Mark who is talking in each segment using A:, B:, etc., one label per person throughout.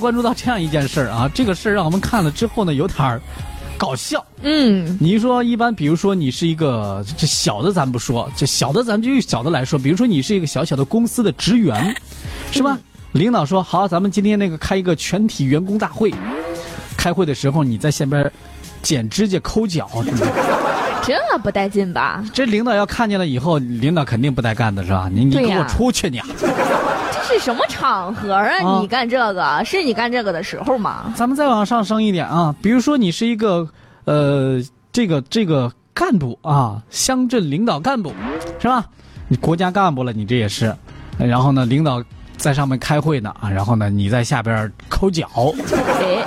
A: 关注到这样一件事儿啊，这个事儿让我们看了之后呢，有点儿搞笑。
B: 嗯，
A: 你一说一般，比如说你是一个这小的，咱不说，这小的咱们就用小的来说，比如说你是一个小小的公司的职员，是吧？领导说好，咱们今天那个开一个全体员工大会，开会的时候你在下边剪指甲、抠脚什么的。
B: 这不带劲吧？
A: 这领导要看见了以后，领导肯定不带干的是吧？你你
B: 对
A: 给我
B: 呀
A: 出去你啊！
B: 这是什么场合
A: 啊
B: 啊？你干这个是你干这个的时候吗？
A: 咱们再往上升一点啊，比如说你是一个呃这个这个干部啊，乡镇领导干部是吧？你国家干部了，你这也是。然后呢，领导在上面开会呢啊，然后呢你在下边抠脚，
B: 哎，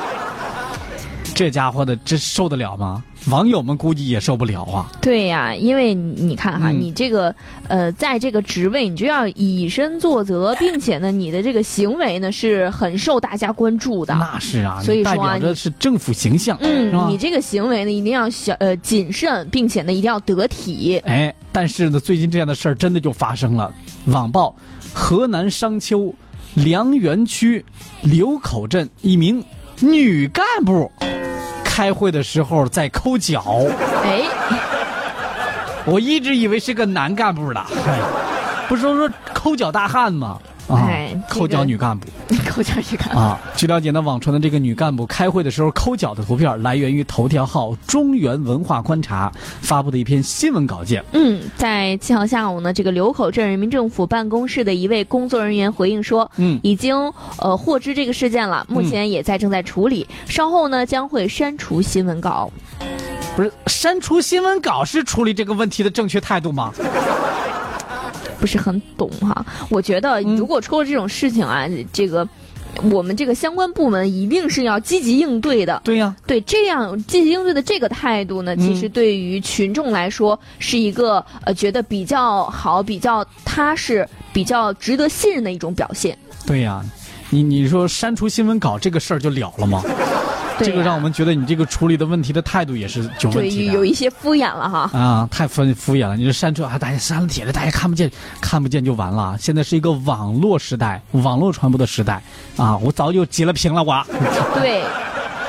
A: 这家伙的这受得了吗？网友们估计也受不了啊。
B: 对呀、因为你你看哈，
A: 嗯
B: 你这个呃，在这个职位，你就要以身作则，并且呢，你的这个行为呢是很受大家关注的。
A: 那是啊，
B: 所以
A: 你代
B: 说啊
A: 表着是政府形象，是吧
B: 嗯，你？这个行为呢，一定要小呃谨慎，并且呢，一定要得体。
A: 哎，但是呢，最近这样的事儿真的就发生了。网曝河南商丘梁园区刘口镇一名女干部开会的时候在抠脚，
B: 哎，
A: 我一直以为是个男干部的，哎、不是都说抠脚大汉吗？啊
B: 哎这，个
A: 抠脚女干部
B: 口角一看，
A: 啊！据了解呢，网传的这个女干部开会的时候抠脚的图片来源于头条号“中原文化观察”发布的一篇新闻稿件。
B: 嗯，在七号下午呢，这个流口镇人民政府办公室的一位工作人员回应说，
A: 嗯
B: 已经呃获知这个事件了，目前也在正在处理，稍后呢将会删除新闻稿。
A: 不是删除新闻稿是处理这个问题的正确态度吗？
B: 不是很懂哈，我觉得
A: 嗯
B: 如果出了这种事情啊，这个我们这个相关部门一定是要积极应对的。
A: 对呀、
B: 对，这样积极应对的这个态度
A: 嗯
B: 呢，其实对于群众来说是一个呃觉得比较好、比较踏实、比较值得信任的一种表现。
A: 对呀、你你说删除新闻稿这个事儿就了了吗？
B: 对
A: 这个
B: 呀
A: 让我们觉得你这个处理的问题的态度也是有问
B: 对
A: 题
B: 有
A: 的。
B: 一些敷衍了哈。
A: 啊，太敷敷衍了！你这删除啊，大家删了帖子，大家看不见，看不见就完了。现在是一个网络时代，网络传播的时代啊，我早就截了屏了我。
B: 对，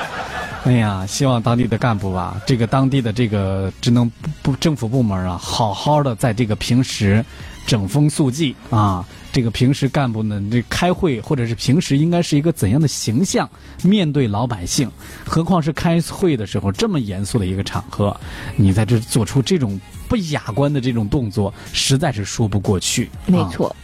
A: 哎呀，希望当地的干部啊，这个当地的这个职能部部政府部门啊，好好的在这个平时整风肃纪啊，这个平时干部呢，这开会或者是平时应该是一个怎样的形象面对老百姓？何况是开会的时候这么严肃的一个场合，你在这做出这种不雅观的这种动作，实在是说不过去。
B: 没
A: 啊
B: 错。